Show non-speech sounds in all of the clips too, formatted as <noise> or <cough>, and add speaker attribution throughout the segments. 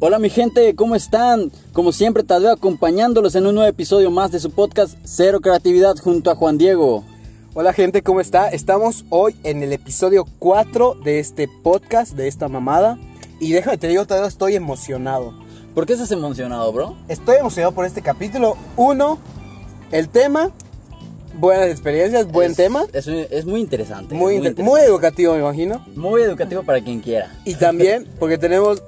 Speaker 1: Hola mi gente, ¿cómo están? Como siempre, Tadeo acompañándolos en un nuevo episodio más de su podcast Cero Creatividad junto a Juan Diego.
Speaker 2: Hola gente, ¿cómo está? Estamos hoy en el episodio 4 de este podcast, de esta mamada. Y déjame te digo, todavía estoy emocionado.
Speaker 1: ¿Por qué estás emocionado, bro?
Speaker 2: Estoy emocionado por este capítulo 1. El tema, buenas experiencias, buen
Speaker 1: Es-
Speaker 2: tema.
Speaker 1: Es, es muy interesante.
Speaker 2: Muy,
Speaker 1: es
Speaker 2: inter- muy educativo, me imagino.
Speaker 1: Muy educativo para quien quiera. <laughs>
Speaker 2: Y también porque tenemos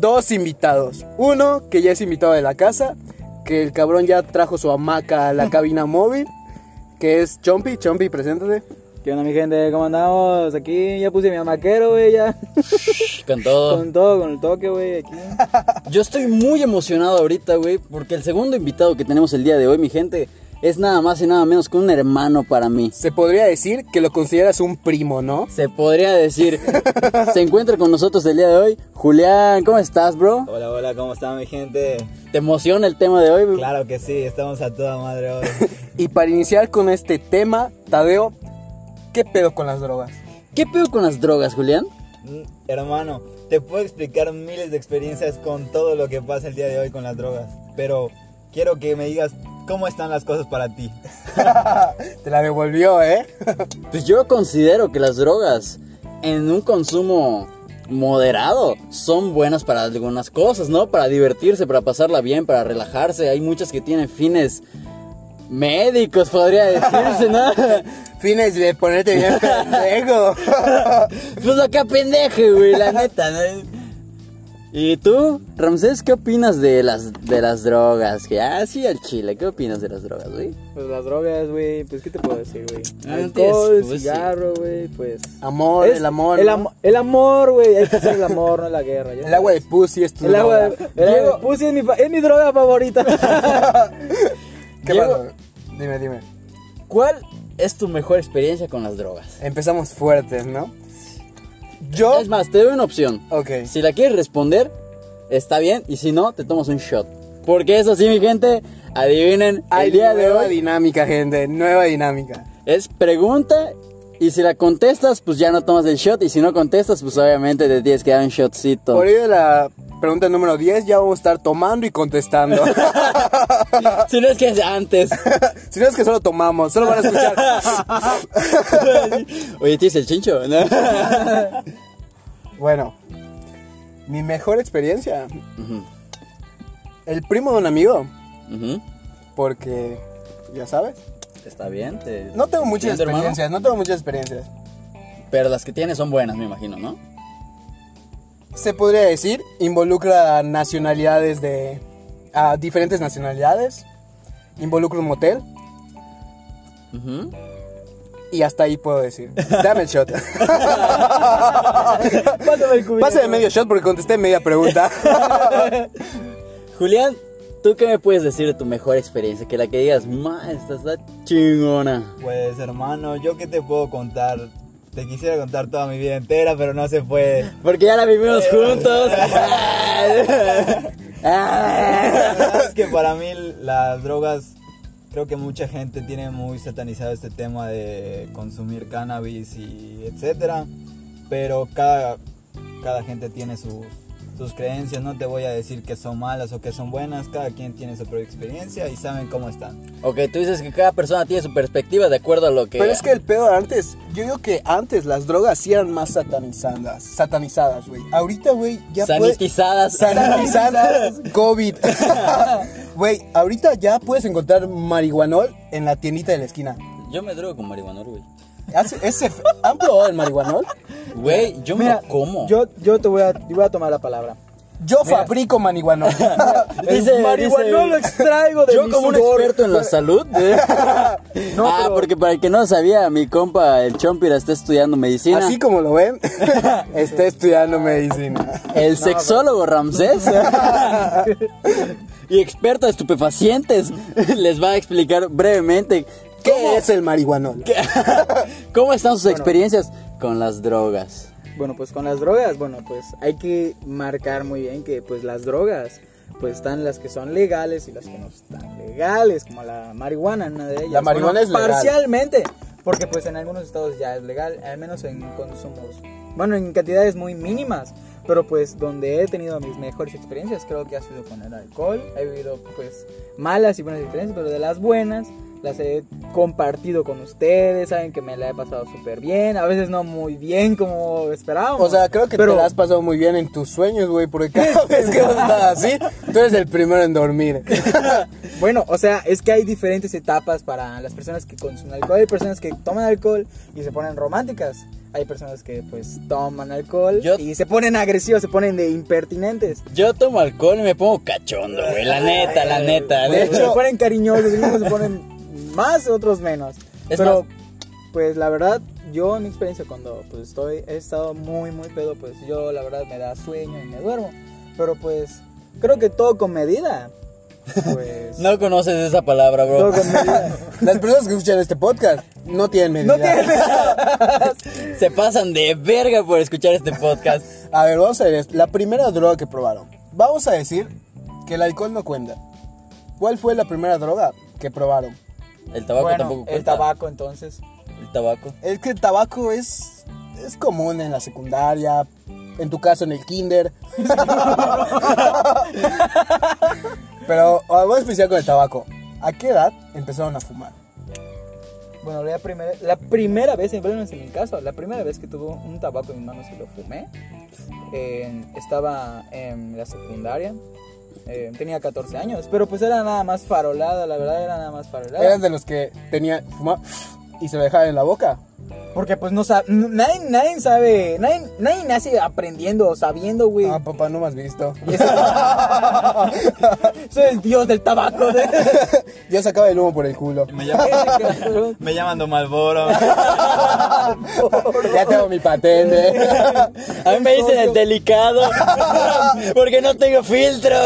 Speaker 2: dos invitados. Uno que ya es invitado de la casa, que el cabrón ya trajo su hamaca
Speaker 1: <laughs>
Speaker 2: a la cabina móvil, que es Chompy. Chompy, preséntate.
Speaker 3: ¿Qué onda mi gente? ¿Cómo andamos? Aquí ya puse mi hamaquero, güey, ya.
Speaker 1: Con todo.
Speaker 3: Con todo, con el toque, güey, aquí.
Speaker 1: <laughs> Yo estoy muy emocionado ahorita, güey, porque el segundo invitado que tenemos el día de hoy, mi gente, es nada más y nada menos que un hermano para mí.
Speaker 2: Se podría decir que lo consideras un primo, ¿no?
Speaker 1: Se podría
Speaker 3: <laughs>
Speaker 1: decir. Se encuentra con nosotros el día de hoy. Julián, ¿cómo estás, bro?
Speaker 4: Hola, hola, ¿cómo están mi gente?
Speaker 1: ¿Te emociona el tema de hoy? bro?
Speaker 4: Claro que sí, estamos a toda madre hoy.
Speaker 2: Y para iniciar con este tema, Tadeo, ¿qué pedo con las drogas?
Speaker 1: ¿Qué pedo con las drogas, Julián?
Speaker 4: Mm, Hermano, te puedo explicar miles de experiencias con todo lo que pasa el día de hoy con las drogas, pero quiero que me digas cómo están las cosas para ti.
Speaker 2: Te la devolvió, ¿eh? <laughs>
Speaker 1: Pues yo considero que las drogas en un consumo moderado son buenas para algunas cosas, ¿no? Para divertirse, para pasarla bien, para relajarse. Hay muchas que tienen fines médicos, podría decirse, <laughs> ¿no?
Speaker 2: Fines de ponerte
Speaker 1: <laughs>
Speaker 2: bien pendejo.
Speaker 1: pues acá pendeje, güey, la neta, ¿no? ¿Y tú, Ramsés, qué opinas de las, de las drogas? Que ah, sí, al chile, ¿qué opinas de las drogas, güey?
Speaker 3: Pues las drogas, güey, pues ¿qué te puedo decir, güey?
Speaker 1: No
Speaker 3: Alcohol,
Speaker 1: te excuses.
Speaker 3: cigarro, güey, pues...
Speaker 2: Amor,
Speaker 3: Es
Speaker 2: el amor.
Speaker 3: El,
Speaker 2: ¿no?
Speaker 3: amo- el amor, güey, hay que hacer el amor, no la guerra. ya
Speaker 2: El agua de pussy es tu
Speaker 3: El agua de...
Speaker 2: droga.
Speaker 3: el agua
Speaker 2: Diego,
Speaker 3: de pussy es mi, fa- es mi droga favorita. <laughs>
Speaker 2: ¿Qué
Speaker 1: Diego-
Speaker 2: pasó? Dime, dime.
Speaker 1: ¿Cuál es tu mejor experiencia con las drogas?
Speaker 2: Empezamos fuertes, ¿no? Yo.
Speaker 1: Es más, te doy una opción.
Speaker 2: Ok.
Speaker 1: Si la quieres responder, está bien. Y si no, te tomas un shot. Porque eso sí, mi gente, adivinen,
Speaker 2: Hay
Speaker 1: el día de
Speaker 2: nueva
Speaker 1: hoy
Speaker 2: dinámica, gente. Nueva dinámica.
Speaker 1: es pregunta. Y si la contestas, pues ya no tomas el shot. Y si no contestas, pues obviamente te tienes que dar un shotcito.
Speaker 2: Por ello, la pregunta número 10 ya vamos a estar tomando y
Speaker 1: <laughs>
Speaker 2: contestando.
Speaker 1: <laughs> Si no es que es
Speaker 2: <laughs>
Speaker 1: antes.
Speaker 2: si no es que solo tomamos, solo van a
Speaker 1: <laughs>
Speaker 2: escuchar.
Speaker 1: Oye, ¿tienes el chincho?
Speaker 2: <laughs>
Speaker 1: ¿No?
Speaker 2: bueno, mi mejor experiencia.
Speaker 1: Ujú,
Speaker 2: El primo de un amigo.
Speaker 1: ujú.
Speaker 2: Porque, ya sabes.
Speaker 1: Está bien. te-
Speaker 2: No tengo muchas
Speaker 1: ¿Tienes hermano?
Speaker 2: experiencias, no tengo muchas experiencias.
Speaker 1: Pero las que tienes son buenas, me imagino, ¿no?
Speaker 2: Se podría decir, involucra nacionalidades de... a diferentes nacionalidades. Involucra un motel.
Speaker 1: Ujú.
Speaker 2: Y hasta ahí puedo decir. Dame el shot.
Speaker 3: Pásame el cubito.
Speaker 2: Pásame medio shot porque contesté media pregunta.
Speaker 1: Julián, ¿tú qué me puedes decir de tu mejor experiencia? Que la que digas, ma, esta está chingona.
Speaker 4: Pues hermano, yo qué te puedo contar. Te quisiera contar toda mi vida entera, pero no se puede.
Speaker 1: Porque ya la vivimos
Speaker 3: <laughs>
Speaker 1: juntos. <laughs>
Speaker 4: La verdad <laughs> es que para mí las drogas, creo que mucha gente tiene muy satanizado este tema de consumir cannabis y etcétera, pero cada, cada gente tiene sus- sus creencias, no te voy a decir que son malas o que son buenas, cada quien tiene su propia experiencia y saben cómo están.
Speaker 1: ok, tú dices que cada persona tiene su perspectiva de acuerdo a lo que...
Speaker 2: Pero es que el pedo antes, yo digo que antes las drogas sí eran más satanizadas, satanizadas, güey. Ahorita, güey, ya puedes...
Speaker 1: sanitizadas.
Speaker 2: Sanitizadas, COVID. Güey, ahorita ya puedes encontrar marihuanol en la tiendita de la esquina.
Speaker 1: Yo me drogo con marihuana, güey.
Speaker 2: ¿Hace- ese- ¿Han probado el marihuanol?
Speaker 1: Güey, yo
Speaker 3: Mira,
Speaker 1: me lo como.
Speaker 3: Yo, yo te voy a, yo voy a tomar la palabra.
Speaker 2: Yo fabrico marihuanol.
Speaker 1: Dice-
Speaker 3: el marihuana
Speaker 1: dice-
Speaker 3: lo extraigo de
Speaker 1: Yo
Speaker 3: mi
Speaker 1: como un
Speaker 3: sudor.
Speaker 1: experto en la
Speaker 3: <laughs>
Speaker 1: salud. <laughs>
Speaker 3: No,
Speaker 1: ah,
Speaker 3: pero-
Speaker 1: porque para el que no sabía, mi compa, el Chompira, está estudiando medicina.
Speaker 2: Así como lo ven, <laughs> está estudiando medicina.
Speaker 1: El sexólogo <laughs> Ramsés. y experto de estupefacientes. Les va a explicar brevemente
Speaker 2: ¿Qué
Speaker 1: qué es,
Speaker 2: es el marihuanol?
Speaker 1: qué- cómo están sus experiencias con las drogas.
Speaker 3: Bueno, pues con las drogas, bueno, pues hay que marcar muy bien que pues las drogas, pues están las que son legales y las que no están legales, como la marihuana, una de ellas.
Speaker 2: La marihuana es legal.
Speaker 3: Parcialmente, porque pues en algunos estados ya es legal, al menos en consumos, bueno, en cantidades muy mínimas. Pero pues donde he tenido mis mejores experiencias creo que ha sido con el alcohol. He vivido pues malas y buenas experiencias, pero de las buenas las he compartido con ustedes. Saben que me la he pasado súper bien. A veces no muy bien como esperábamos.
Speaker 2: O sea, creo que
Speaker 3: pero
Speaker 2: te la has pasado muy bien en tus sueños, güey, porque cada vez que estás así, tú eres el primero en dormir.
Speaker 3: Bueno, o sea, es que hay diferentes etapas para las personas que consumen alcohol. Hay personas que toman alcohol y se ponen románticas. Hay personas que pues toman alcohol
Speaker 1: Yo-
Speaker 3: y se ponen agresivos, se ponen de impertinentes.
Speaker 1: Yo tomo alcohol y me pongo cachondo, güey. La neta, la neta. De
Speaker 3: Pues, se
Speaker 1: hecho,
Speaker 3: ponen cariñosos, unos se ponen más, otros menos.
Speaker 1: Es
Speaker 3: Pero pues la verdad, yo en mi experiencia cuando pues estoy he estado muy muy pedo, pues yo la verdad me da sueño y me duermo. Pero pues creo que todo
Speaker 1: <laughs>
Speaker 3: con medida. Pues
Speaker 1: no conoces esa palabra,
Speaker 3: todo
Speaker 1: bro.
Speaker 3: con medida.
Speaker 2: Las personas que escuchan este podcast no tienen medida.
Speaker 3: No tiene
Speaker 1: Se pasan de verga por escuchar este podcast.
Speaker 2: A ver, vamos a ver, esto. la primera droga que probaron. Vamos a decir que el alcohol no cuenta. ¿Cuál fue la primera droga que probaron?
Speaker 1: El tabaco
Speaker 3: Bueno,
Speaker 1: tampoco cuenta.
Speaker 3: El tabaco, entonces.
Speaker 1: El tabaco.
Speaker 2: Es que el tabaco es, es común en la secundaria, en tu caso en el kinder. <laughs> Pero ah, vamos a especial con el tabaco. ¿A qué edad empezaron a fumar?
Speaker 3: Bueno, la primera, la primera vez, en menos en mi caso, la primera vez que tuve un tabaco en mis manos y lo fumé, eh, estaba en la secundaria. eh, tenía 14 años, pero pues era nada más farolada, la verdad era nada más farolada.
Speaker 2: ¿Eras de los que tenía fumar y se lo dejaban en la boca?
Speaker 3: Porque pues no sabe, nadie, nadie sabe, nadie, nadie nace aprendiendo o sabiendo, güey.
Speaker 2: Ah, papá, no me has visto.
Speaker 3: <laughs>
Speaker 2: <laughs>
Speaker 3: Soy el dios del
Speaker 2: <laughs>
Speaker 3: tabaco. de-
Speaker 2: Yo sacaba el humo por el culo.
Speaker 4: Me llaman, <laughs> me llaman Don Malboro. <laughs>
Speaker 2: Ya tengo mi
Speaker 1: <laughs>
Speaker 2: patente.
Speaker 1: A mí me dicen el delicado. Porque no tengo filtro.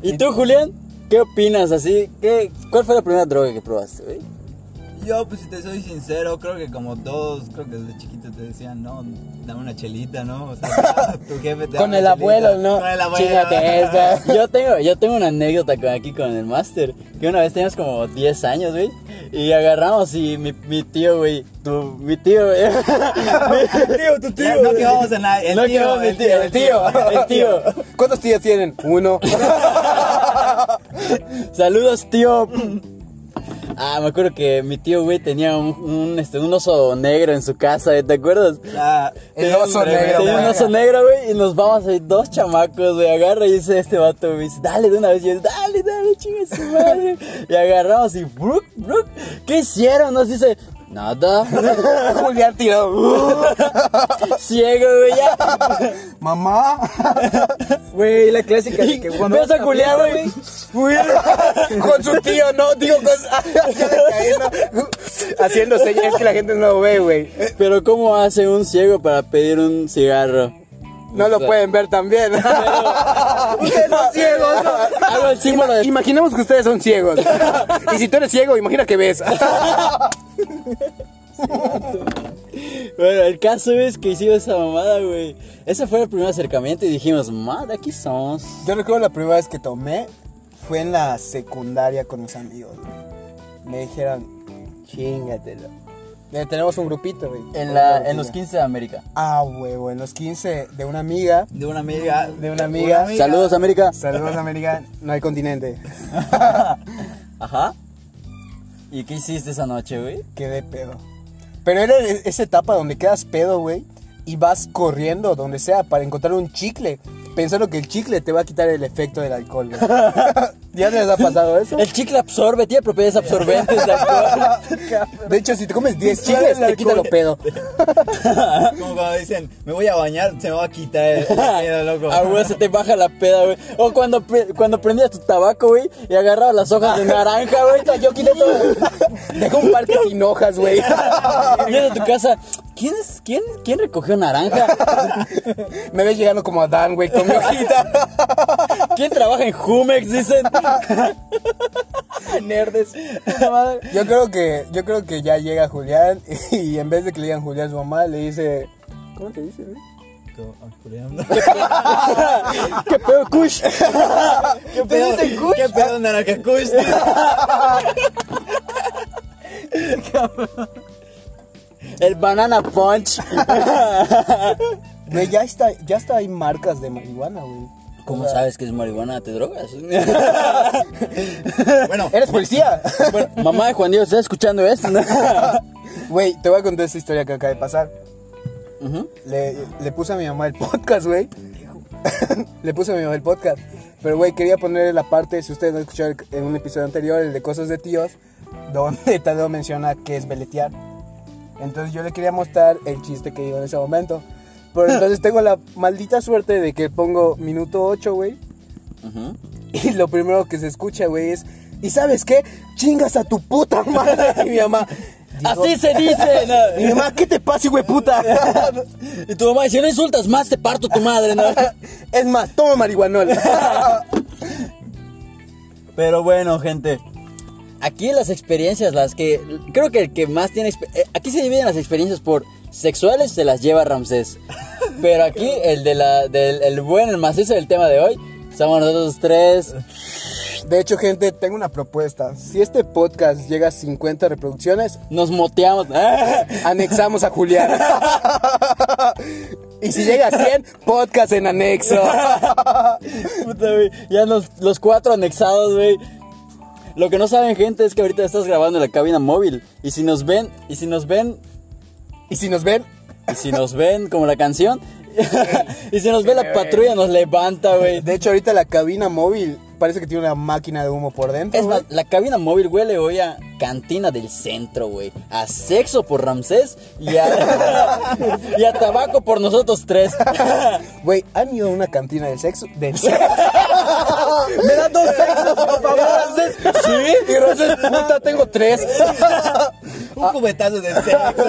Speaker 1: ¿Y tú, Julián? ¿Qué opinas así? ¿Qué, ¿Cuál fue la primera droga que probaste, güey?
Speaker 4: Yo, pues si te soy sincero, creo que como todos, creo que desde chiquito te decían, no, dame una chelita, ¿no? O sea, <laughs> tu jefe te da
Speaker 2: Con
Speaker 4: una
Speaker 2: el
Speaker 4: chelita.
Speaker 2: abuelo, ¿no?
Speaker 4: Con el abuelo.
Speaker 2: Chingate esta.
Speaker 1: Yo tengo, yo tengo una anécdota con- aquí con el máster. Que una vez teníamos como 10 años, güey. Y agarramos y mi, mi tío, güey. Tu, mi tío, güey.
Speaker 3: tío, tu
Speaker 4: Ya, no que vamos a nada. El
Speaker 1: No, que
Speaker 4: tío,
Speaker 1: vamos,
Speaker 4: el tío, el tío.
Speaker 1: El tío.
Speaker 2: ¿Cuántos tíos tienen? Uno.
Speaker 1: Saludos, tío. Ah, me acuerdo que mi tío, güey, tenía un, un, este, un oso negro en su casa, ¿eh? ¿te acuerdas?
Speaker 4: Ya,
Speaker 2: El
Speaker 4: tenía un
Speaker 2: oso
Speaker 4: tremendo-
Speaker 2: negro,
Speaker 1: Tenía un oso negro, güey, y nos vamos a ir dos chamacos, güey. Agarra y dice este vato, me dice, dale de una vez. Y yo, dale, dale, chinga su madre. Y agarramos y, bruk, bruk. ¿Qué hicieron? Nos dice,
Speaker 2: <laughs>
Speaker 1: nada.
Speaker 2: Julián tiró.
Speaker 1: <laughs> Ciego, güey,
Speaker 2: <laughs>
Speaker 1: ya.
Speaker 2: Mamá.
Speaker 3: Güey, la clásica de que
Speaker 2: <laughs>
Speaker 3: cuando
Speaker 1: Ves
Speaker 3: vas
Speaker 1: a
Speaker 3: una
Speaker 1: culiar,
Speaker 3: fiesta,
Speaker 1: güey.
Speaker 2: con su tío, no, digo, con... <laughs> Ya me caí, ¿no? haciendo señas, es que la gente no lo ve, güey.
Speaker 1: Pero, ¿cómo hace un ciego para pedir un cigarro?
Speaker 2: No lo pueden ver <laughs> también.
Speaker 3: Ustedes son ciegos, ¿no?
Speaker 1: Hago el símbolo de
Speaker 2: Imaginemos que ustedes son ciegos. <laughs> Y si tú eres ciego, imagina que ves.
Speaker 1: Bueno, el caso es que hicimos esa mamada, güey. Ese fue el primer acercamiento y dijimos, madre, aquí somos.
Speaker 2: <laughs> Yo recuerdo la primera vez que tomé fue en la secundaria con mis amigos. güey. Me dijeron, chingatelo. Eh, tenemos un grupito, güey.
Speaker 1: En,
Speaker 2: Una
Speaker 1: la,
Speaker 2: rutina.
Speaker 1: en los 15 de América.
Speaker 2: Ah, huevo, en los 15 de una amiga.
Speaker 4: De una amiga. <coughs>
Speaker 2: De una amiga.
Speaker 1: Saludos, América.
Speaker 2: Saludos, América. No hay continente.
Speaker 1: Ajá. ¿Y qué hiciste esa noche, güey?
Speaker 2: Quedé pedo. Pero era e- esa etapa donde quedas pedo, güey, y vas corriendo donde sea para encontrar un chicle. Pensando que el chicle te va a quitar el efecto del alcohol, <laughs> güey. ¿Ya les ha pasado eso?
Speaker 1: El chicle absorbe, tiene propiedades absorbentes de <laughs> alcohol.
Speaker 2: De hecho, si te comes <laughs> 10
Speaker 1: Disuelve
Speaker 2: chicles,
Speaker 1: el
Speaker 2: te quita lo
Speaker 1: alcohol.
Speaker 2: pedo.
Speaker 4: Como cuando dicen, me voy a bañar, se me va a quitar el miedo,
Speaker 2: <laughs>
Speaker 4: loco.
Speaker 1: Ah, güey, se te baja la peda, güey. O cuando, pre- cuando prendías tu tabaco, güey, y agarrabas las hojas de naranja, güey.
Speaker 2: Yo quité
Speaker 1: <laughs>
Speaker 2: todo. Dejé un <laughs> parque sin hojas, güey.
Speaker 1: Llegas a tu casa. ¿Quién, es, quién, ¿Quién recogió naranja?
Speaker 2: Me ves llegando como Adán, güey, con mi <laughs> hojita.
Speaker 1: ¿Quién trabaja en Jumex? Dicen.
Speaker 3: Nerdes. Puta madre.
Speaker 2: Yo creo que, yo creo que ya llega Julián <laughs> y en vez de que le digan Julián a su mamá, le dice... ¿Cómo te dice, güey?
Speaker 4: Como, ah, Julián.
Speaker 2: <laughs>
Speaker 1: ¿Qué pedo, Kush?
Speaker 4: ¿Qué pedo? ¿Qué
Speaker 2: Ah.
Speaker 4: pedo, naranja
Speaker 2: <laughs>
Speaker 4: Kush?
Speaker 1: El banana punch.
Speaker 2: Güey, ya está, ya está hay marcas de marihuana, güey.
Speaker 1: ¿Cómo
Speaker 2: O sea,
Speaker 1: sabes que es marihuana? ¿Te <laughs> drogas?
Speaker 4: Bueno,
Speaker 2: ¡Eres policía! <laughs>
Speaker 1: Mamá de Juan Diego, ¿estás escuchando esto?
Speaker 2: Güey, te voy a contar esta historia que acaba de pasar.
Speaker 1: Ujú.
Speaker 2: Le, le puse a mi mamá el podcast, güey. <laughs> le puse a mi mamá el podcast. Pero, güey, quería ponerle la parte, si ustedes no escucharon el- en un episodio anterior, el de cosas de tíos, donde <laughs> Tadeo menciona que es beletear. Entonces yo le quería mostrar el chiste que digo en ese momento. Pero entonces tengo la maldita suerte de que pongo minuto 8, güey.
Speaker 1: Ujú.
Speaker 2: Y lo primero que se escucha, güey, es... ¿Y sabes qué? Chingas a tu puta madre, <laughs> y mi mamá. digo,
Speaker 1: Así se dice.
Speaker 2: Mi
Speaker 1: ¿no?
Speaker 2: mamá, ¿qué te pasa, güey, puta?
Speaker 1: Y tu mamá, si no insultas más, te parto tu madre, ¿no?
Speaker 2: Es más, toma marihuanol.
Speaker 1: Pero bueno, gente. Aquí las experiencias, las que. Creo que el que más tiene. exper- eh, Aquí se dividen las experiencias por sexuales, se las lleva Ramsés. Pero aquí, el de la, del el buen, el macizo del tema de hoy, somos nosotros tres.
Speaker 2: <laughs> De hecho, gente, tengo una propuesta. Si este podcast llega a 50 reproducciones,
Speaker 1: Nos moteamos. <laughs>
Speaker 2: anexamos a <laughs> Julián. Y si llega a 100, podcast en anexo.
Speaker 1: Puta, güey. Ya los, los cuatro anexados, güey. Lo que no saben, gente, es que ahorita estás grabando en la cabina móvil. Y si nos ven, y si nos ven,
Speaker 2: Y si nos ven,
Speaker 1: y si nos ven, como la canción. <laughs> y si nos ve la patrulla, nos levanta, güey.
Speaker 2: de hecho, ahorita la cabina móvil parece que tiene una máquina de humo por dentro.
Speaker 1: Es más, la cabina móvil huele hoy a cantina del centro, güey. A sexo por Ramsés y a, <laughs> y a tabaco por nosotros <laughs> tres.
Speaker 2: güey. Güey, ¿han ido a una cantina del sexo? Del sexo. <laughs>
Speaker 1: ¡Me dan dos sexos, por favor, Ramsés! ¿Sí?
Speaker 2: Y Rosas, puta, tengo tres.
Speaker 4: un
Speaker 2: ah.
Speaker 4: cubetazo de sexo.
Speaker 2: <laughs>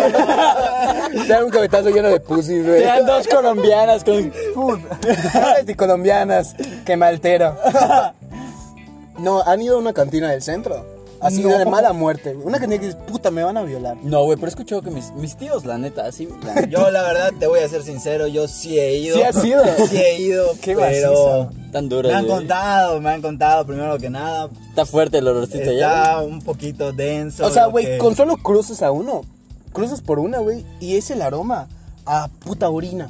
Speaker 2: Te dan un cabetazo lleno de pussy,
Speaker 1: Te
Speaker 2: güey.
Speaker 1: dan dos colombianas con...
Speaker 2: Ay, de colombianas, que me altero. <laughs> No, han ido a una cantina del centro. Así
Speaker 3: No.
Speaker 2: de mala muerte. Una cantina que dices, puta, me van a violar.
Speaker 1: No, güey, pero escuchó que mis, mis tíos, la neta, así... la
Speaker 4: <laughs>
Speaker 1: neta,
Speaker 4: Yo la verdad te voy a ser sincero, yo sí he ido.
Speaker 2: Sí has ido.
Speaker 4: <laughs> Sí he ido,
Speaker 2: <laughs> Qué
Speaker 4: pero
Speaker 2: macizo.
Speaker 1: Tan
Speaker 4: me
Speaker 1: duras,
Speaker 4: han
Speaker 1: güey.
Speaker 4: contado, me han contado primero que nada.
Speaker 1: Está fuerte el olorcito ya.
Speaker 4: Está un poquito denso.
Speaker 2: O sea,
Speaker 4: lo
Speaker 2: güey,
Speaker 4: que-
Speaker 2: con solo cruzas a uno. Cruzas por una, güey, y es el aroma a puta orina.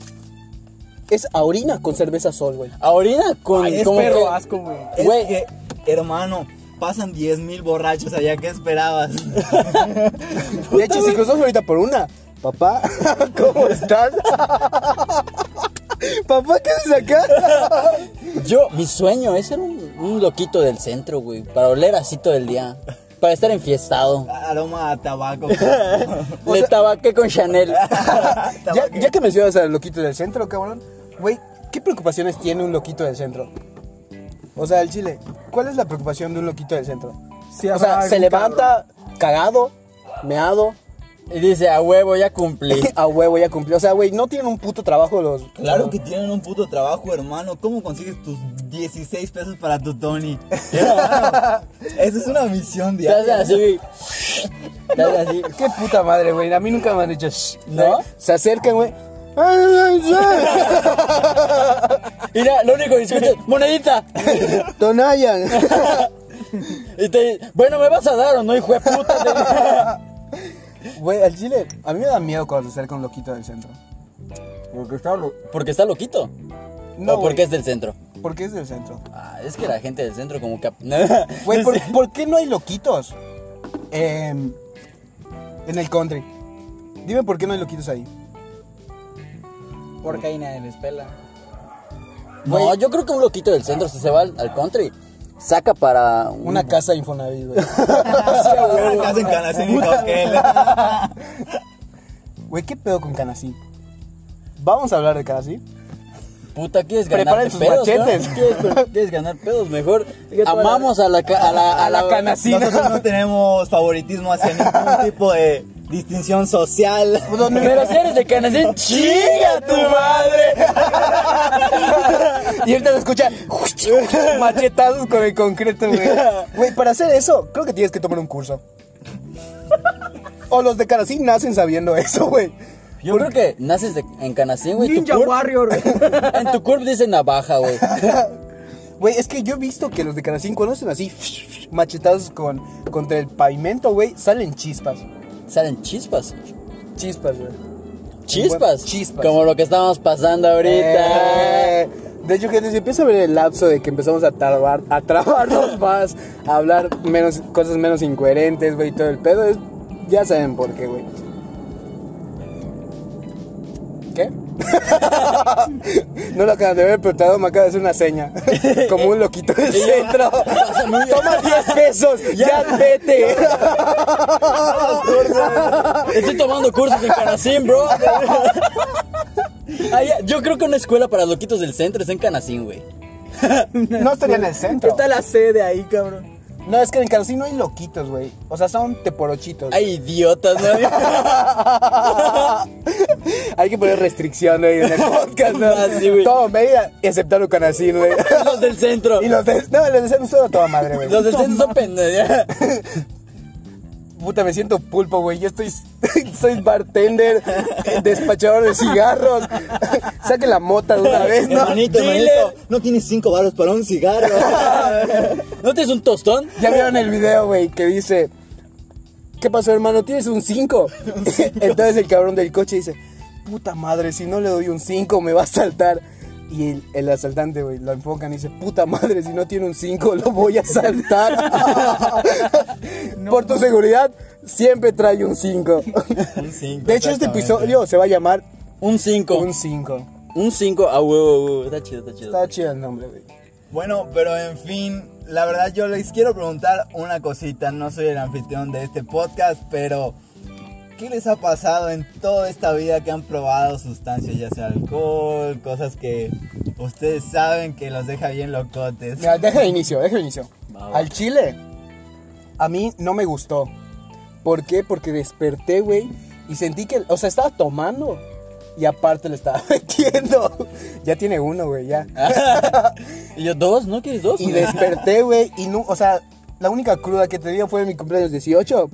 Speaker 2: Es a orina con cerveza sol, güey.
Speaker 1: A orina con...
Speaker 3: Ay, es
Speaker 1: como
Speaker 3: perro
Speaker 1: que-
Speaker 3: asco, güey.
Speaker 4: Es
Speaker 1: güey.
Speaker 4: que, hermano, pasan 10.000 borrachos allá, ¿qué esperabas? <laughs>
Speaker 2: De hecho, si cruzas ahorita por una, papá, <laughs> ¿cómo estás? <laughs> papá, ¿qué haces acá?
Speaker 1: Yo, mi sueño es ser un, un loquito del centro, güey. Para oler así todo el día. Para estar
Speaker 4: <laughs>
Speaker 1: enfiestado.
Speaker 4: Aroma
Speaker 2: <laughs>
Speaker 4: a tabaco.
Speaker 1: Le tabaqué con Chanel.
Speaker 2: ya, ya que mencionas al loquito del centro, cabrón, güey, ¿qué preocupaciones tiene un loquito del centro? O sea, el chile, ¿cuál es la preocupación de un loquito del centro?
Speaker 3: Sí,
Speaker 2: o
Speaker 3: habrá
Speaker 2: sea,
Speaker 3: algún
Speaker 2: se levanta cagado, meado,
Speaker 1: Y dice, a huevo, ya
Speaker 2: <laughs>
Speaker 1: cumplí.
Speaker 2: a huevo ya cumplió. O sea, güey, no tienen un puto trabajo los...
Speaker 4: Claro que tienen un puto trabajo, hermano. ¿Cómo consigues tus 16 pesos para tu Tony? Eso es una misión
Speaker 1: Te hacen
Speaker 4: diaria.
Speaker 1: así, güey. Te hacen así.
Speaker 2: Qué puta madre, güey. A mí nunca me han dicho... "Shh",
Speaker 1: ¿No?
Speaker 2: Se acercan, güey. "Ay, ay, <laughs>
Speaker 1: Y ya, lo único que escuchas, monedita. <laughs>
Speaker 2: ay". Tonayan. <laughs>
Speaker 1: Y te bueno, ¿me vas a dar o no, hijo de puta?
Speaker 2: Güey, al chile, a mí me da miedo cuando se acerca un loquito del centro.
Speaker 1: Porque está, porque está loquito.
Speaker 2: No,
Speaker 1: o porque
Speaker 2: güey.
Speaker 1: es del centro.
Speaker 2: Porque es del centro.
Speaker 1: Ah, es que la gente del centro como que... <laughs>
Speaker 2: Güey, ¿por, por qué no hay loquitos? Em, en el country. Dime por qué no hay loquitos ahí.
Speaker 3: Porque ahí nadie les pela.
Speaker 1: No, yo creo que un loquito del centro, si se va al, al country, saca para un-
Speaker 2: Una casa Infonavit, <laughs> güey.
Speaker 4: Una casa en Canacín y Coquel.
Speaker 2: Güey, ¿qué pedo con Canasí? Vamos a hablar de Canasí.
Speaker 1: puta, ¿quieres ganar
Speaker 2: Preparen
Speaker 1: pedos?
Speaker 2: sus
Speaker 1: no?
Speaker 2: machetes.
Speaker 1: <laughs> ¿Quieres, quieres ganar pedos? Mejor
Speaker 3: Fíjate,
Speaker 1: amamos a la, ca- a la,
Speaker 2: a la canacina.
Speaker 4: Nosotros no tenemos favoritismo hacia ningún tipo de distinción social.
Speaker 1: Pero si eres de Canacín, chinga tu madre.
Speaker 2: <laughs> Y ahorita se <laughs> escucha machetazos con el concreto, güey. <laughs> Güey, para hacer eso, creo que tienes que tomar un curso. O los de Canasí nacen sabiendo eso, güey.
Speaker 1: Yo creo que naces de- en Canacín, güey. tu
Speaker 3: Ninja
Speaker 1: curp-
Speaker 3: Warrior.
Speaker 1: <laughs> En tu curp dice navaja, güey.
Speaker 2: <laughs> Güey, es que yo he visto que los de Canacín cuando hacen así, <laughs> machetados con, contra el pavimento, güey, salen chispas.
Speaker 1: Salen chispas.
Speaker 2: Chispas, güey.
Speaker 1: Chispas.
Speaker 2: Chispas.
Speaker 1: Como lo que estábamos pasando ahorita.
Speaker 2: Eh, de hecho, gente, si empieza a ver el lapso de que empezamos a trabar, a trabarnos <laughs> más, a hablar menos, cosas menos incoherentes, güey, y todo el pedo, es- ya saben por qué, güey. ¿Qué? <laughs> no lo acaban de ver, pero Tadeo me acaba de hacer una seña. <laughs> Como un loquito
Speaker 3: <laughs>
Speaker 2: del centro. Toma 10 pesos, ya,
Speaker 3: <laughs>
Speaker 2: vete.
Speaker 1: Estoy tomando cursos en Canacín, bro. Ah, ya, Yo creo que una escuela para loquitos del centro es en Canacín, güey.
Speaker 2: no estaría en el centro.
Speaker 3: Está la sede ahí, cabrón.
Speaker 2: No, es que en Carcino no hay loquitos, güey. O sea, son teporochitos.
Speaker 1: Hay idiotas, ¿no? <laughs>
Speaker 2: <laughs> Hay que poner restricción, güey, en el podcast, ¿no?
Speaker 1: <laughs> Ah, sí, güey.
Speaker 2: Todo Mérida, excepto
Speaker 1: <laughs>
Speaker 2: Lucanacín, güey.
Speaker 1: Los del centro.
Speaker 2: Y los de... No, los de Centro son a toda madre, güey.
Speaker 1: Los del centro son pendejos.
Speaker 2: Puta, me siento pulpo, güey. Yo estoy... <laughs> Soy bartender, eh, despachador de cigarros. <laughs> Saque la mota de una vez, ¿no?
Speaker 4: Hermanito,
Speaker 1: Dile.
Speaker 4: hermanito, no tienes cinco baros para un cigarro.
Speaker 1: ¿No tienes un tostón?
Speaker 2: Ya vieron el video, güey, que dice... ¿Qué pasó, hermano? ¿Tienes un 5? <laughs> Entonces el cabrón del coche dice... Puta madre, si no le doy un 5 me va a saltar. Y el, el asaltante, güey, lo enfocan y dice... Puta madre, si no tiene un 5 lo voy a saltar. Por tu seguridad, siempre trae un 5.
Speaker 4: Un cinco,
Speaker 2: De hecho, este
Speaker 4: exactamente.
Speaker 2: episodio se va a llamar...
Speaker 1: Un 5.
Speaker 2: Un 5.
Speaker 1: Un 5. Ah, huevo, huevo. Está chido, está chido.
Speaker 2: Está chido el nombre, güey.
Speaker 4: Bueno, pero en fin, la verdad yo les quiero preguntar una cosita. No soy el anfitrión de este podcast, pero ¿qué les ha pasado en toda esta vida que han probado sustancias, ya sea alcohol, cosas que ustedes saben que los deja bien locotes?
Speaker 2: Mira, deja de inicio, deja de inicio.
Speaker 1: Va, va.
Speaker 2: Al chile, a mí no me gustó. ¿Por qué? Porque desperté, güey, y sentí que, o sea, estaba tomando. Y aparte le estaba <laughs> metiendo. Ya tiene uno, güey, ya.
Speaker 1: Ah, Y yo, dos, ¿no quieres dos?
Speaker 2: Y desperté, güey, y no, o sea, la única cruda que tenía fue en mi cumpleaños 18.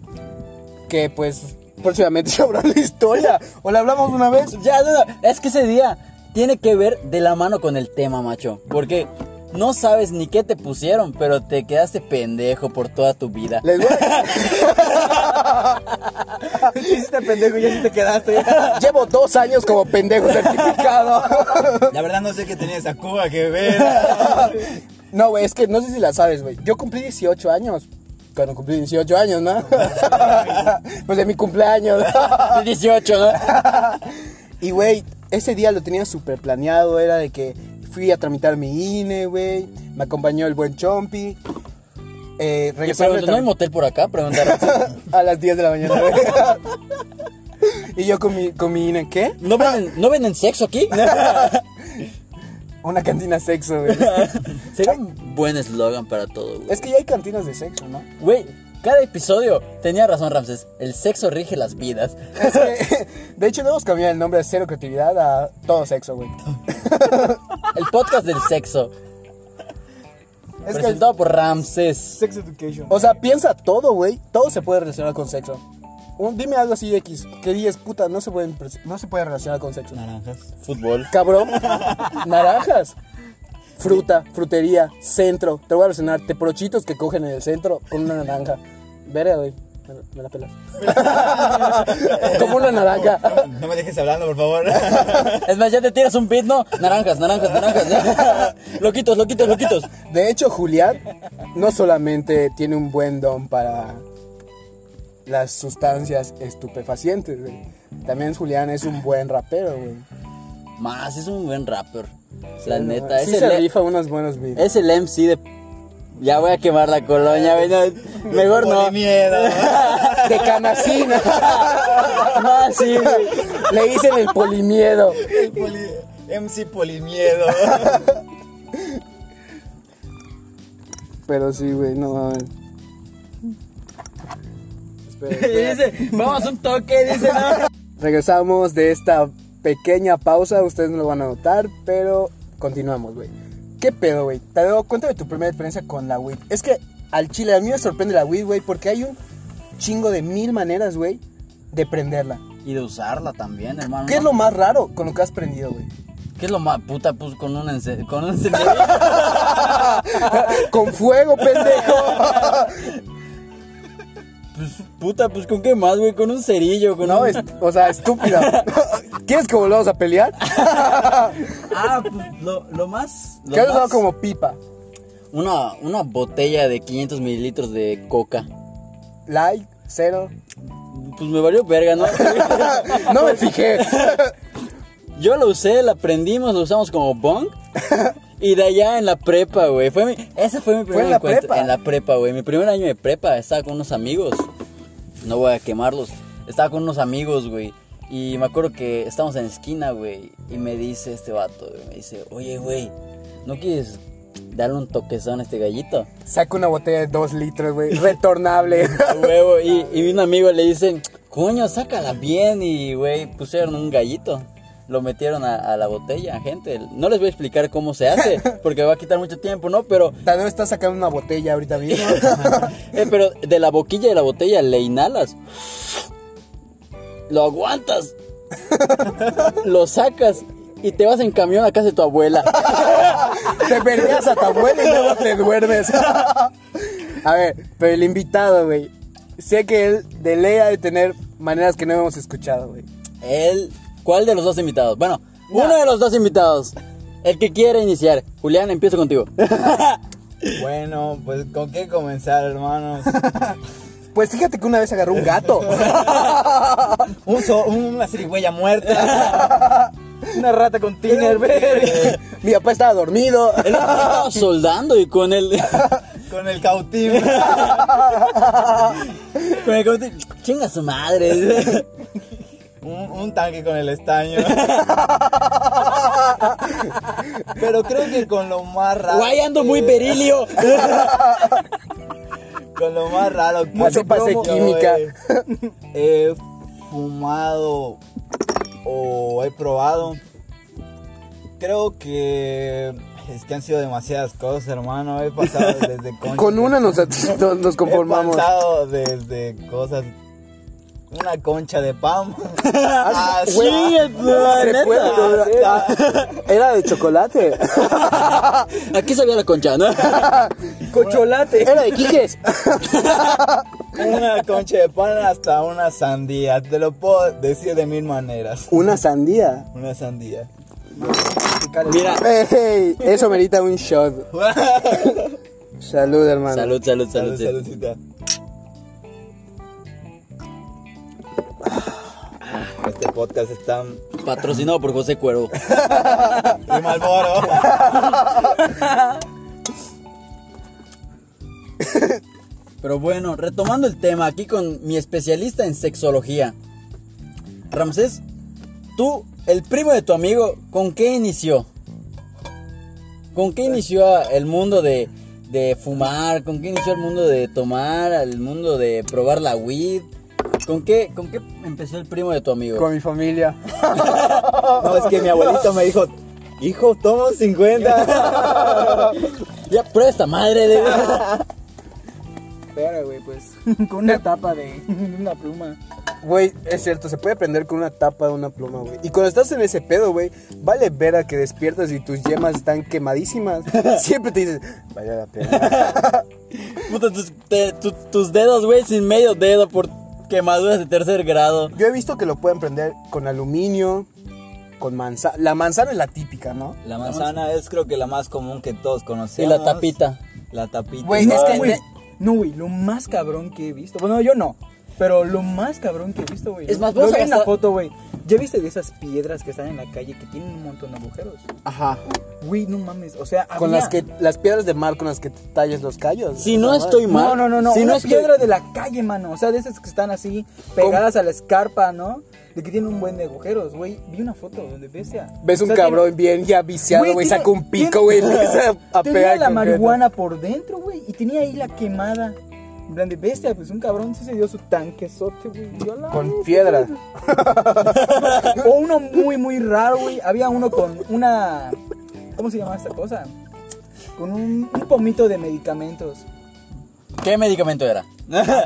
Speaker 2: Que pues, próximamente <laughs> se habrá la historia. O la hablamos una vez.
Speaker 1: Ya, no, no, es que ese día tiene que ver de la mano con el tema, macho. Porque no sabes ni qué te pusieron, pero te quedaste pendejo por toda tu vida.
Speaker 2: Les voy a-
Speaker 3: <laughs> Este pendejo ya sí te quedaste.
Speaker 2: Llevo dos años como pendejo certificado.
Speaker 4: La verdad no sé qué tenía esa cuba que ver.
Speaker 1: <laughs>
Speaker 2: No, güey, es que no sé si la sabes, güey. Yo cumplí 18 años. Cuando cumplí 18 años, ¿no? <laughs> pues de mi cumpleaños.
Speaker 1: De 18, ¿no?
Speaker 2: y, güey, ese día lo tenía súper planeado. Era de que fui a tramitar mi INE, güey. Me acompañó el buen Chompi. Eh,
Speaker 1: Oye,
Speaker 2: regresando
Speaker 1: pero
Speaker 2: de
Speaker 1: ¿No hay
Speaker 2: tra-
Speaker 1: motel por acá? Preguntaron. <laughs>
Speaker 2: a las 10 de la mañana, güey. <laughs> y yo con mi, con mi INE, ¿qué?
Speaker 1: ¿No venden, ¿no venden sexo aquí?
Speaker 2: Una cantina sexo, güey.
Speaker 1: <laughs> Sería un buen eslogan para todo, güey.
Speaker 2: es que ya hay cantinas de sexo, ¿no?
Speaker 1: Güey, cada episodio tenía razón, Ramses. El sexo rige las vidas.
Speaker 2: Es que, <laughs> de hecho, debemos cambiar el nombre de Cero Creatividad a Todo Sexo, güey.
Speaker 1: El podcast del <laughs> sexo.
Speaker 2: Es que
Speaker 1: presentado por Ramses.
Speaker 3: Sex Education.
Speaker 2: O sea, piensa todo, güey. Todo se puede relacionar con sexo. Un- dime algo así X, que digas, puta, no se, pueden pre- no se puede relacionar con sexo.
Speaker 4: Naranjas.
Speaker 1: Fútbol.
Speaker 2: Cabrón, naranjas, fruta, frutería, centro. Te voy a relacionar teprochitos que cogen en el centro con una naranja. Veré, güey. Me, la- me la pelas. <laughs> Como una naranja.
Speaker 4: No me dejes hablando, por favor.
Speaker 1: Es más, ya te tiras un beat, ¿no? Naranjas, naranjas, naranjas. <laughs> loquitos, loquitos, loquitos.
Speaker 2: De hecho, Julián no solamente tiene un buen don para las sustancias estupefacientes, güey. También Julián es un buen rapero, güey.
Speaker 1: Más, es un buen rapper. la
Speaker 2: Sí, no,
Speaker 1: neta,
Speaker 2: sí
Speaker 1: es,
Speaker 2: se
Speaker 1: el,
Speaker 2: rifa unos buenos beats.
Speaker 1: es el MC de. Ya voy a quemar la colonia, güey, no, Mejor no.
Speaker 4: Por miedo.
Speaker 2: De <laughs> canacina.
Speaker 1: Más, sí, güey.
Speaker 2: Le dicen el polimiedo.
Speaker 4: El poli- MC Polimiedo.
Speaker 2: Pero sí, güey, no mames. <laughs> Espera, espera.
Speaker 1: Dice, vamos un toque, dice, no.
Speaker 2: Regresamos de esta pequeña pausa. Ustedes no lo van a notar, pero continuamos, güey. ¿Qué pedo, güey? Te doy cuenta de tu primera experiencia con la weed. Es que al chile a mí me sorprende la weed, güey, porque hay un chingo de mil maneras, güey, de prenderla.
Speaker 1: <laughs> Y de usarla también, hermano.
Speaker 2: ¿Qué es lo más raro con lo que has
Speaker 1: <laughs>
Speaker 2: prendido, güey?
Speaker 1: ¿Qué es lo más? Puta, pues con un ence- con un encendedor. <laughs>
Speaker 2: con fuego, pendejo. <laughs>
Speaker 1: Pues, puta, pues con qué más, güey, con un cerillo, con <laughs>
Speaker 2: No,
Speaker 1: un-
Speaker 2: es- o sea, estúpida. <laughs> ¿Quieres que volvamos a pelear?
Speaker 1: Ah, pues lo, lo más. Lo
Speaker 2: ¿Qué has dado
Speaker 1: más-
Speaker 2: como pipa?
Speaker 1: Una, una botella de 500 mililitros de coca.
Speaker 2: Like, cero.
Speaker 1: Pues me valió verga, <laughs> ¿no?
Speaker 2: No
Speaker 1: <laughs>
Speaker 2: me fijé.
Speaker 1: Yo lo usé, la aprendimos, lo usamos como
Speaker 2: <laughs>
Speaker 1: bong. Y de allá en la prepa, güey. Fue mi, ese fue mi primer
Speaker 2: en la
Speaker 1: encuentro.
Speaker 2: prepa?
Speaker 1: En la prepa, güey. Mi primer año de prepa. Estaba con unos amigos. No voy a quemarlos. Estaba con unos amigos, güey. Y me acuerdo que estábamos en la esquina, güey. Y me dice este vato, güey, Me dice, oye, güey, ¿no quieres darle un toquezón a este gallito?
Speaker 2: Saca una botella de dos litros, güey.
Speaker 1: <laughs>
Speaker 2: Retornable.
Speaker 1: A huevo. Y, y un amigo le dice, coño, sácala bien. Y, güey, pusieron un gallito. Lo metieron a, a la botella, gente. No les voy a explicar cómo se hace, porque va a quitar mucho tiempo, ¿no? Pero, <laughs>
Speaker 2: Tal vez estás sacando una botella ahorita mismo. <laughs>
Speaker 1: eh, pero de la boquilla de la botella le inhalas. Lo aguantas. Lo sacas. Y te vas en camión a casa de tu abuela.
Speaker 2: Te perdías a tu abuela y luego te duermes. <laughs> A ver, pero el invitado, güey. Sé que él de ley ha de tener maneras que no hemos escuchado, güey.
Speaker 1: El, ¿Cuál de los dos invitados? Bueno, uno de los dos invitados. El que quiere iniciar. Julián, empiezo contigo.
Speaker 4: Bueno, pues con qué comenzar,
Speaker 1: <laughs>
Speaker 4: hermanos.
Speaker 2: Pues fíjate que una vez agarró un <laughs> gato.
Speaker 4: Un so- una cirigüeya muerta.
Speaker 3: Una rata con tiner, verga.
Speaker 2: Mi papá estaba dormido.
Speaker 1: Él <laughs> estaba soldando y con el.
Speaker 4: Con el cautivo.
Speaker 2: <laughs>
Speaker 1: con el como te- <laughs> Chinga su madre.
Speaker 4: Un, un tanque con el
Speaker 2: <laughs>
Speaker 4: estaño. Pero creo que con lo más
Speaker 1: <laughs>
Speaker 4: raro.
Speaker 1: Guay, ando muy
Speaker 4: que-
Speaker 1: perilio. <laughs>
Speaker 4: Con lo más raro que
Speaker 2: Mucho pase
Speaker 4: yo
Speaker 2: química.
Speaker 4: He, he fumado o he probado. Creo que es que han sido demasiadas cosas, hermano. He pasado desde
Speaker 2: <laughs>
Speaker 4: conchas-
Speaker 2: Con una nos, nos- nos conformamos.
Speaker 4: He pasado desde cosas una concha de <laughs> pan. Así
Speaker 2: Se puede, era- Era de chocolate.
Speaker 1: Aquí sabía la concha, ¿no?
Speaker 3: Cocholate.
Speaker 2: Era de Quiques.
Speaker 4: Una concha de pan hasta una sandía. Te lo puedo decir de mil maneras.
Speaker 2: Una sandía.
Speaker 4: Una <laughs> sandía.
Speaker 1: Mira.
Speaker 2: Ey, eso merita un shot. Salud, hermano.
Speaker 1: Salud, salud, salud.
Speaker 4: Salud,
Speaker 1: salud.
Speaker 4: saludcita. Este podcast está y
Speaker 1: Patrocinado por José Cuervo.
Speaker 4: Malboro.
Speaker 1: Pero bueno, retomando el tema, aquí con mi especialista en sexología. Ramsés, tú, el primo de tu amigo, ¿con qué inició? ¿Con qué inició el mundo de, de fumar? ¿Con qué inició el mundo de tomar? ¿El mundo de probar la weed? ¿Con qué, con qué empezó el primo de tu amigo?
Speaker 2: Con mi familia.
Speaker 4: No, es que mi abuelito me dijo, hijo, toma un 50.
Speaker 1: Ya prueba esta madre de...
Speaker 3: Espera, güey, pues. Con una tapa de <laughs> una pluma.
Speaker 2: Güey, es cierto, se puede prender con una tapa de una pluma, güey. Y cuando estás en ese pedo, güey, vale ver a que despiertas y tus yemas están <laughs> quemadísimas. Siempre te dices, vaya la pena.
Speaker 1: Puta, tus, te- tu- tus dedos, güey, sin medio dedo por quemaduras de tercer grado.
Speaker 2: <laughs> Yo he visto que lo pueden prender con aluminio, con manzana. La manzana es la típica, ¿no?
Speaker 4: La manzana es creo que la más común que todos conocemos.
Speaker 1: Y la tapita.
Speaker 4: La tapita.
Speaker 2: Güey, es que-
Speaker 3: güey. No, güey, lo más cabrón que he visto. Bueno, yo no. Pero lo más cabrón que he visto, güey.
Speaker 1: Es más,
Speaker 3: lo
Speaker 1: vamos
Speaker 3: vi
Speaker 1: a
Speaker 3: en la
Speaker 1: gastar-
Speaker 3: foto, güey. ¿Ya viste de esas piedras que están en la calle que tienen un montón de agujeros?
Speaker 2: Ajá.
Speaker 3: Güey, no mames. O sea,
Speaker 2: Con
Speaker 3: había-
Speaker 2: las que las piedras de mar con las que te tallas los callos.
Speaker 1: Si no estoy mal.
Speaker 3: No, no, no, no.
Speaker 1: Si
Speaker 3: una
Speaker 1: no estoy-
Speaker 3: piedra de la calle, mano. O sea, de esas que están así pegadas a la escarpa, ¿no? De que tienen un buen de agujeros, güey. Vi una foto donde bestia.
Speaker 2: Ves
Speaker 3: O
Speaker 2: un
Speaker 3: sea,
Speaker 2: cabrón bien ya viciado, güey,
Speaker 3: tiene-
Speaker 2: saca un pico, güey, <laughs>
Speaker 3: tiene-
Speaker 2: y
Speaker 3: <laughs>
Speaker 2: empieza a
Speaker 3: Tenía
Speaker 2: pegar
Speaker 3: la
Speaker 2: con
Speaker 3: marihuana por dentro, güey. Y tenía ahí la quemada. En plan de bestia, pues un cabrón sí se dio su tanquezote, güey. Yo la
Speaker 2: piedra. Con
Speaker 3: bestia,
Speaker 2: piedra.
Speaker 3: güey. O uno muy, muy raro, güey. Había uno con una. ¿Cómo se llama esta cosa? Con un, un pomito de medicamentos.
Speaker 1: ¿Qué medicamento era?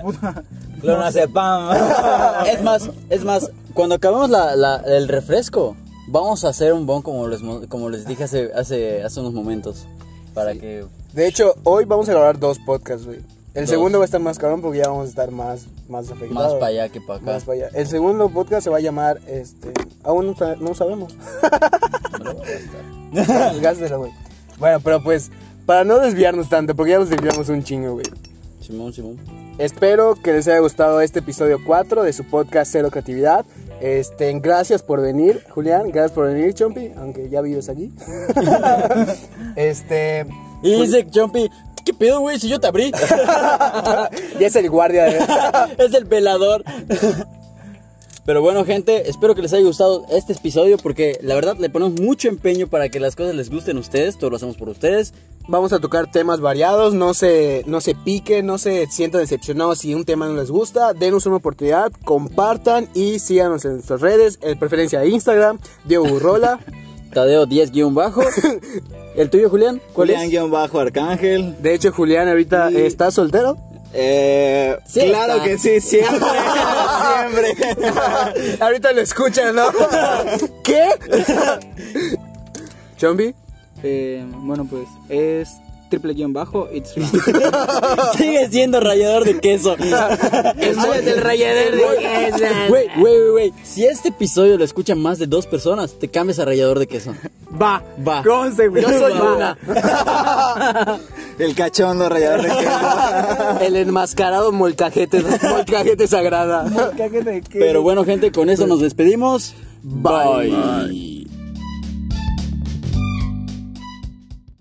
Speaker 1: <laughs>
Speaker 4: Clonazepam.
Speaker 1: es más, es más, cuando acabemos la- la- el refresco, vamos a hacer un bon como les, mo- como les dije hace, hace, hace unos momentos. Para que...
Speaker 2: De hecho, hoy vamos a grabar dos podcasts, güey. El
Speaker 1: Dos.
Speaker 2: segundo va a estar más cabrón porque ya vamos a estar más, más
Speaker 1: Más
Speaker 2: afectados.
Speaker 1: para allá que para acá.
Speaker 2: Más para allá. El segundo podcast se va a llamar, este, aún no, sa- no sabemos. <laughs> Gástela, güey. Bueno, pero pues, para no desviarnos tanto, porque ya nos desviamos un chingo, güey.
Speaker 1: Simón, Simón.
Speaker 2: Espero que les haya gustado este episodio 4 de su podcast Cero Creatividad. Este, gracias por venir, Julián. Gracias por venir, Chompi, aunque ya vives allí. <laughs> este,
Speaker 1: Y dice Chompy, ¿qué pedo, güey? Si yo te abrí.
Speaker 2: <laughs> ya es el guardia de...
Speaker 1: <laughs> es el velador. Pero bueno, gente, espero que les haya gustado este episodio porque la verdad le ponemos mucho empeño para que las cosas les gusten a ustedes. Todo lo hacemos por ustedes.
Speaker 2: Vamos a tocar temas variados, no se, no se piquen, no se sientan decepcionados si un tema no les gusta, denos una oportunidad, compartan y síganos en nuestras redes, en preferencia de Instagram, Diego Burrola,
Speaker 1: Tadeo 10 guión
Speaker 4: <laughs>
Speaker 1: bajo. ¿El tuyo, Julián? ¿Cuál
Speaker 4: Julián
Speaker 1: es?
Speaker 4: guión bajo Arcángel.
Speaker 2: de hecho Julián ahorita
Speaker 4: Y-
Speaker 2: está soltero,
Speaker 4: Eh,
Speaker 1: Sí
Speaker 4: claro
Speaker 1: está.
Speaker 4: que sí, siempre. siempre.
Speaker 3: <laughs>
Speaker 2: ahorita lo escuchan, ¿no? ¿Qué? Chombi,
Speaker 3: Eh, bueno, pues es triple guión bajo, it's wrong.
Speaker 1: <laughs> Sigue siendo rayador de
Speaker 4: <laughs>
Speaker 1: queso.
Speaker 3: es el rayador de queso.
Speaker 1: <laughs> Güey, güey, güey, güey. Si este episodio lo escuchan más de dos personas, te cambias a rayador de queso.
Speaker 3: Va,
Speaker 1: Va.
Speaker 3: Conste, güey.
Speaker 1: Yo soy
Speaker 3: Va.
Speaker 1: una.
Speaker 4: <laughs> El
Speaker 1: <laughs>
Speaker 4: cachondo rayador de queso.
Speaker 2: <laughs> el enmascarado molcajete, molcajete sagrada.
Speaker 3: Cállate, ¿qué?
Speaker 1: Pero bueno, gente, con eso nos despedimos. Bye.